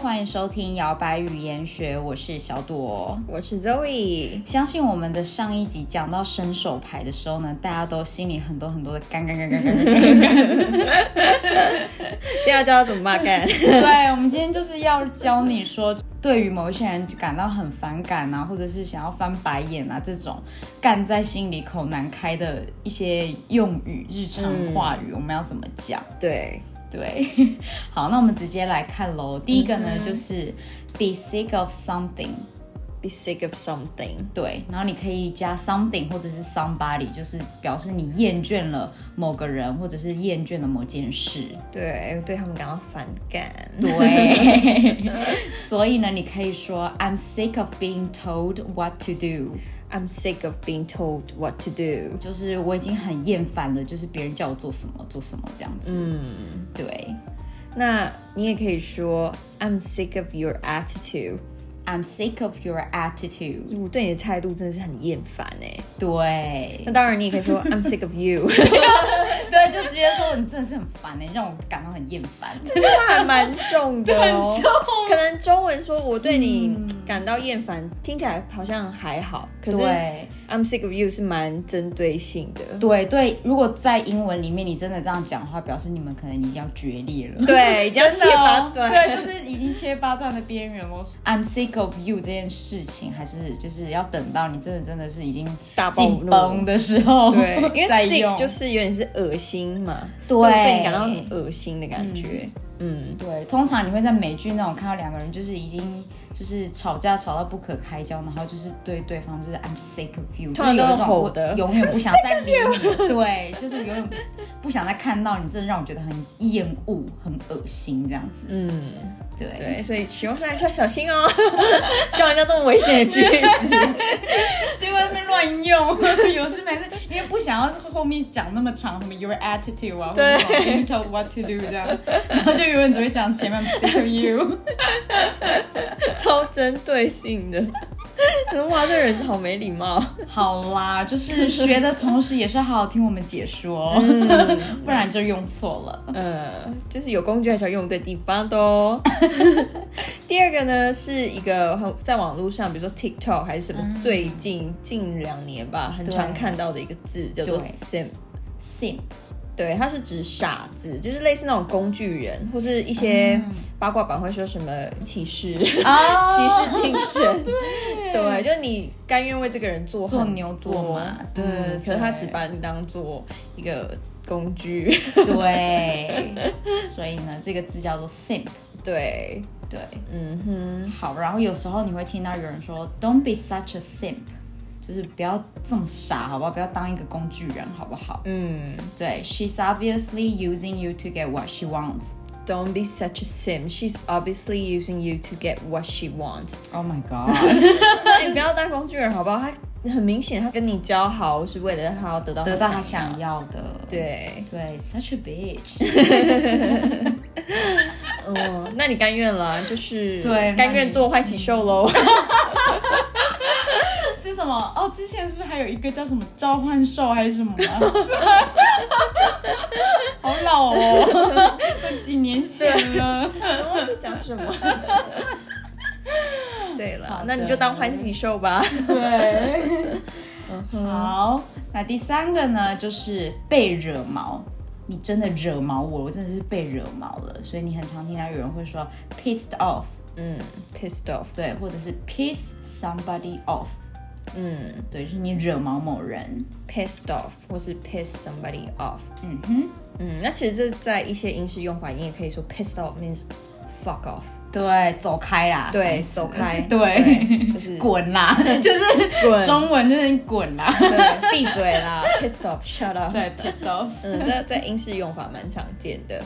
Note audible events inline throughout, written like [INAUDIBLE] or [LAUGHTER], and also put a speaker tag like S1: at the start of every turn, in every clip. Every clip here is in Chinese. S1: 欢迎收听摇摆语言学，我是小朵。
S2: 我是 Zoe，
S1: 相信我们的上一集讲到伸手牌的时候呢，大家都心里很多很多的干干干干干干干干。
S2: 这样叫怎么骂
S1: [LAUGHS]
S2: 干？
S1: 对，我们今天就是要教你说，对于某一些人感到很反感啊，或者是想要翻白眼啊这种干在心里口难开的一些用语、日常话语，我们要怎么讲？
S2: 对，
S1: 对， [LAUGHS] 好，那我们直接来看喽。第一个呢，就是 be sick of something。
S2: be sick of something。
S1: 对，然后你可以加 something 或者是 somebody，就是表示你厌倦了某个人，或者是厌倦了某件事。
S2: 对，对他们感到反感。
S1: 对，所以呢，你可以说 I'm sick of being told what to do，
S2: I'm sick of being told what to do。
S1: 就是我已经很厌烦了，就是别人叫我做什么做什么这样子。嗯，对
S2: 那你也可以说 I'm sick of your attitude。
S1: ，I'm sick of your attitude。
S2: 我对你的态度真的是很厌烦哎。
S1: 对，
S2: 那当然，你也可以说 I'm sick of
S1: [LAUGHS]
S2: you。
S1: 对，就直接说你真的是很烦欸，让我感到很厌烦。
S2: 这句话还蛮重的
S1: [LAUGHS]
S2: 哦。
S1: 很重嗯
S2: 可能中文说我对你感到厌烦，听起来好像还好，可是
S1: 对哦
S2: I'm sick of you 是蛮针对性
S1: [LAUGHS]
S2: 的。
S1: 对对，如果在英文里面你真的这样讲的话，表示你们可能已经要决裂了。
S2: 对，要切八段。
S1: 真的哦对，就是已经切八段的边缘了。I'm sick of you 这件事情，还是就是要等到你真的真的是已经
S2: 大暴怒
S1: 紧绷的时候，
S2: 对，因为
S1: 再哦用
S2: sick 就是有点是恶心嘛，
S1: 对
S2: 会对你感到很恶心的感觉。嗯，
S1: 对。通常你会在美剧那种看到两个人就是已经就是吵架吵到不可开交，然后就是对对方就是 I'm sick of you，
S2: 通常
S1: 就是有一种
S2: 都是吼
S1: 我
S2: 的
S1: 永
S2: [LAUGHS]
S1: 远不想再理你， [LAUGHS] 对，就是永远不不想再看到你，真的让我觉得很厌恶、很恶心这样子。嗯，对。
S2: 对，所以使用上来就要小心哦， [LAUGHS] 叫人家这么危险的
S1: [LAUGHS]
S2: 句子。
S1: 结果在那边乱用， [LAUGHS] 有事没事，因为不想要后面讲那么长，什么 your attitude 啊，或者什么 being told what to do 这样，然后就永远只会讲前面 sick of you。
S2: 超针对性的。 [LAUGHS] 哇，这人好没礼貌。
S1: 好啦，就是学的同时也是好好听我们解
S2: [LAUGHS]
S1: 说，
S2: 嗯
S1: 不然就用错了。
S2: 呃，就是有工具还是要用对地方的哦。
S1: [LAUGHS]
S2: 第二个呢，是一个很在网络上，比如说 TikTok 还是什么，最近近两年吧，很
S1: 嗯对
S2: 常看到的一个字叫做
S1: 对
S2: simp。
S1: sim
S2: 对，它是指傻子，就是类似那种工具人，或是一些
S1: 嗯
S2: 八卦版会说什么
S1: [LAUGHS]
S2: 歧视、
S1: 啊
S2: 歧视精神。对，就是你甘愿为这个人做
S1: 做
S2: 很
S1: 牛做
S2: 多
S1: 马对
S2: 嗯可
S1: 对
S2: 是他只把你当做一个工具。
S1: 对，所以呢，这个字叫做 simp。
S2: 对，
S1: 对，
S2: 嗯哼。
S1: 好，然后有时候你会听到有人说 "Don't be such a simp"，就是不要这么傻，好不好？不要当一个工具人，好不好？
S2: 嗯
S1: 对，She's obviously using you to get what she wants.
S2: ，Don't be such a sim. She's obviously using you to get what she wants.
S1: Oh my
S2: [LAUGHS]
S1: god，
S2: 那你不要当工具人好不好？他很明显，他跟你交好是为了他要得到
S1: 得到
S2: 他
S1: 她
S2: 想
S1: 想要的。
S2: 对，
S1: 对，such a bitch。
S2: 嗯，那你甘愿了，就是
S1: 对
S2: 甘愿做欢喜兽喽。
S1: 是什么？哦，之前是不是还有一个叫什么召唤兽还是什么 [LAUGHS] 啊？是吗好老哦，都几年前了。
S2: [LAUGHS] 我在讲什么？对
S1: 好
S2: 了
S1: 的，
S2: 那你就当欢喜兽吧。
S1: 对， [LAUGHS] 好，那第三个呢，就是被惹毛。你真的惹毛我，我真的是被惹毛了，所以你很常听到有人会说 pissed off，
S2: 嗯，pissed off。
S1: 对，或者是 piss somebody off，
S2: 嗯
S1: 对，就是你惹毛某人。
S2: ，pissed off，或是 piss somebody off。
S1: 嗯哼，
S2: 嗯，那其实这在一些英式用法，你也可以说 pissed off means fuck off。
S1: 对，走开啦，
S2: 对，
S1: 烦死
S2: 走 [LAUGHS] 开，
S1: 对，
S2: 就是
S1: [LAUGHS] 滚啦，就是
S2: 滚
S1: 中文就是你滚啊啦。
S2: 对，闭嘴啦，pissed off，shut [LAUGHS] up。
S1: 对，pissed off。
S2: 嗯，这在英式用法蛮常见的。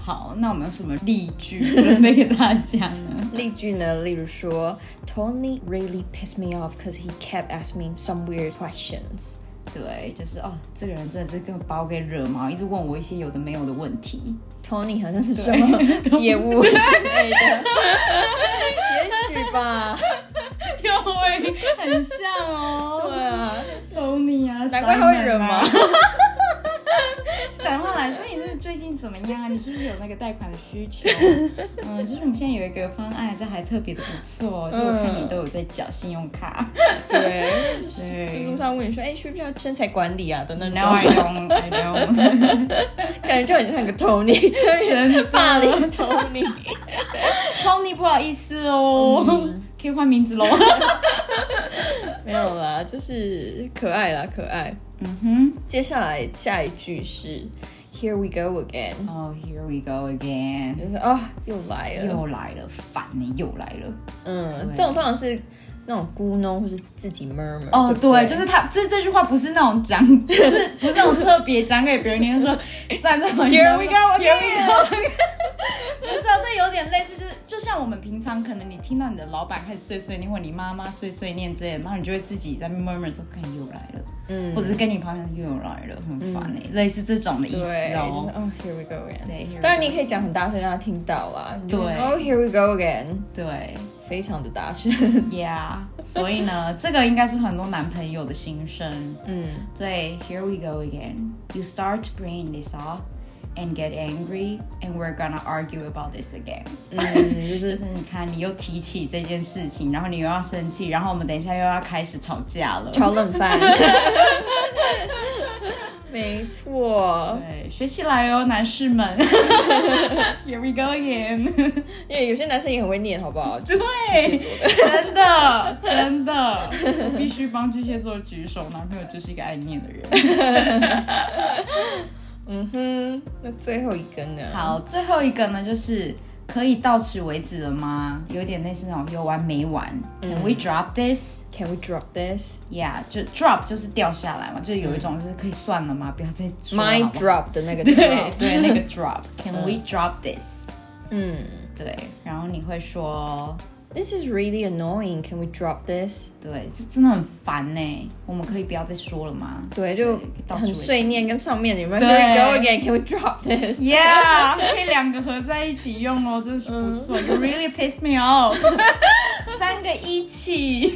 S1: 好，那我们有什么例句准备给大家呢？
S2: 例句呢，例如说，Tony really pissed me off because he kept asking me some weird questions。
S1: 对，就是哦，这个人真的是跟把我给惹毛，一直问我一些有的没有的问题。
S2: Tony 好像是什么 [LAUGHS] 业务之类的，也许吧。
S1: 有哎、很像哦。
S2: 对啊， [LAUGHS]
S1: [LAUGHS] 求你啊，
S2: 难怪他会惹毛。
S1: 啊散话来说，你是最近怎怎么样啊？你是不是有那个贷款的需 [LAUGHS] 求？嗯，就是我们现在有一个方案，这还特别的不错，就我看你都有在缴信用 [LAUGHS] 卡。
S2: 对，
S1: 对
S2: 就是路上问你说，哎、需不需要身材管理啊的那
S1: Now I
S2: 种，
S1: don't, I don't，
S2: [LAUGHS] 感觉就很像个
S1: [LAUGHS]
S2: Tony，
S1: 真的
S2: [LAUGHS] 霸凌 Tony。
S1: Tony 不好意思哦，可以换名字喽。
S2: [LAUGHS] 没有啦，就是可爱啦，可爱。
S1: 嗯
S2: 接下来下一句是 Here we go again，
S1: 哼，哦、h e r e we go again，
S2: 就是哦，又来了。
S1: 又来了，烦你又来了。
S2: 嗯，
S1: 对啊
S2: 这种通常是那种咕哝或是自己 murmur。
S1: 哦，
S2: 对不对，
S1: 对，就是他这这句话不是那种 [LAUGHS] 讲，就是不是那种特别讲给别人听，就是说站在旁边
S2: [LAUGHS] Here we go
S1: Here we
S2: again
S1: go
S2: [LAUGHS]
S1: again 不是啊，这有点类似，就是就像我们平常可能你听到你的老板开始碎碎念，或你妈妈碎碎念之类的，然后你就会自己在那边 murmur 说，看又来了，
S2: 嗯
S1: 或者是跟你旁边哎又来了，很烦哎、类似这种的意思
S2: 对，就是
S1: 哦。
S2: 哦，Here we go again。
S1: 对 here we
S2: 当然你可以讲很大声让他听到啦。你就
S1: 对
S2: 哦，Here we go again，
S1: 对
S2: 非常的大
S1: [LAUGHS]
S2: 声。
S1: ，Yeah，所以呢，这个应该是很多男朋友的心声。
S2: 嗯，
S1: 对，Here we go again. You start bringing this up and get angry, and we're gonna argue about this again.
S2: 嗯，就是
S1: [LAUGHS] 就是你看，你又提起这件事情，然后你又要生气，然后我们等一下又要开始吵架了。
S2: 炒冷饭。 [LAUGHS] 没错，
S1: 对，学起来哦，男士们。Here we go again. [LAUGHS]
S2: 因为有些男生也很会念，好不好？
S1: 对，真的，真的，我必须帮巨蟹座举手。男朋友就是一个爱念的人。
S2: 嗯哼，那最后一根呢？，
S1: 好，最后一个呢，就是可以到此为止了吗？有点类似那种有完没完。Can
S2: 嗯
S1: we drop this?
S2: Can we drop this?
S1: Yeah，就 drop 就是掉下来嘛，就有一种就是可以算了吗？不要再说了
S2: My
S1: 好不好
S2: drop 的那
S1: [LAUGHS]
S2: 个
S1: 对
S2: drop，
S1: 对，那个 drop。Can we drop this？
S2: 嗯
S1: 对，然后你会说，
S2: [LAUGHS] ，This is really annoying. Can we drop this？
S1: 对，这真的很烦呢、我们可以不要再说了吗？
S2: 对，就
S1: 到此为
S2: 很
S1: 止
S2: 碎念，跟上面有没有
S1: 对
S2: Here we go again? Can we drop this？
S1: Yeah，可以两个合在一起用哦，真是不错。You really piss me
S2: [LAUGHS]
S1: off。三个一起。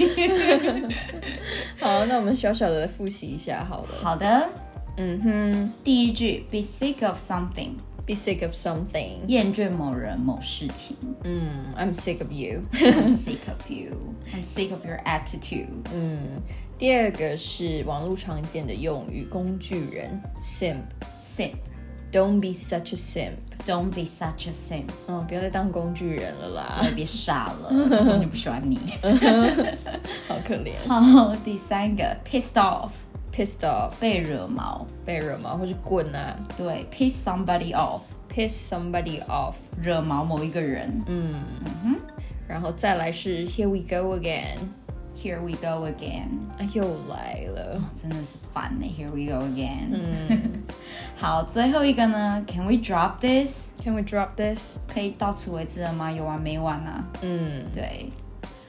S2: [LAUGHS] 好，那我们小小的复习一下好了。
S1: 好的，
S2: 嗯哼
S1: 第一句，be sick of something，
S2: ，Be sick of something.
S1: 厌倦某人某事情。
S2: [LAUGHS] 嗯，I'm sick of [LAUGHS] you.
S1: I'm sick of you. I'm sick of your attitude.
S2: 嗯，第二个是网络常见的用语，工具人 simp。
S1: Simp.
S2: Don't be such a simp.
S1: Don't be such a simp.
S2: 嗯，不要再当工具人了啦，
S1: 别傻了，我就不喜欢你。
S2: [LAUGHS] 好可怜。
S1: 好，第三个，pissed off，
S2: [LAUGHS] Pissed off，
S1: 被惹毛。
S2: 被惹毛或是滚啊
S1: 对，piss somebody off，
S2: ，piss somebody off。
S1: 惹毛某一个人。
S2: 然后再来是 Here we go again，
S1: Here we go again.
S2: 啊又来了。
S1: 真的是烦呢、Here we go again。好， [LAUGHS] 最后一个呢？Can we drop this？
S2: Can we drop this？
S1: 可以到此为止了吗？有完没完啊？
S2: 嗯，
S1: 对，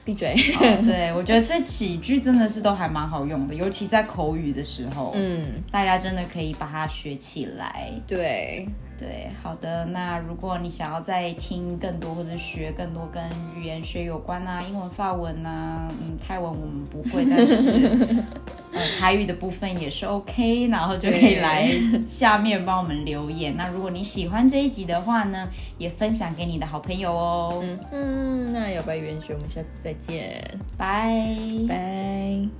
S2: 闭嘴。
S1: [LAUGHS] 对，我觉得这几句真的是都还蛮好用的，尤其在口语的时候，
S2: 嗯，
S1: 大家真的可以把它学起来。
S2: 对，
S1: 对，好的。那如果你想要再听更多或者学更多跟语言学有关啊，英文、法文啊，嗯，泰文我们不会，但是呃，台语的部分也是 OK，然后就可以
S2: 对
S1: 来下面帮我们留言。那如果你喜欢这一集的话呢，也分享给你的好朋友哦。
S2: 嗯嗯，那摇摆元学，我们下次再见，
S1: 拜。
S2: 拜。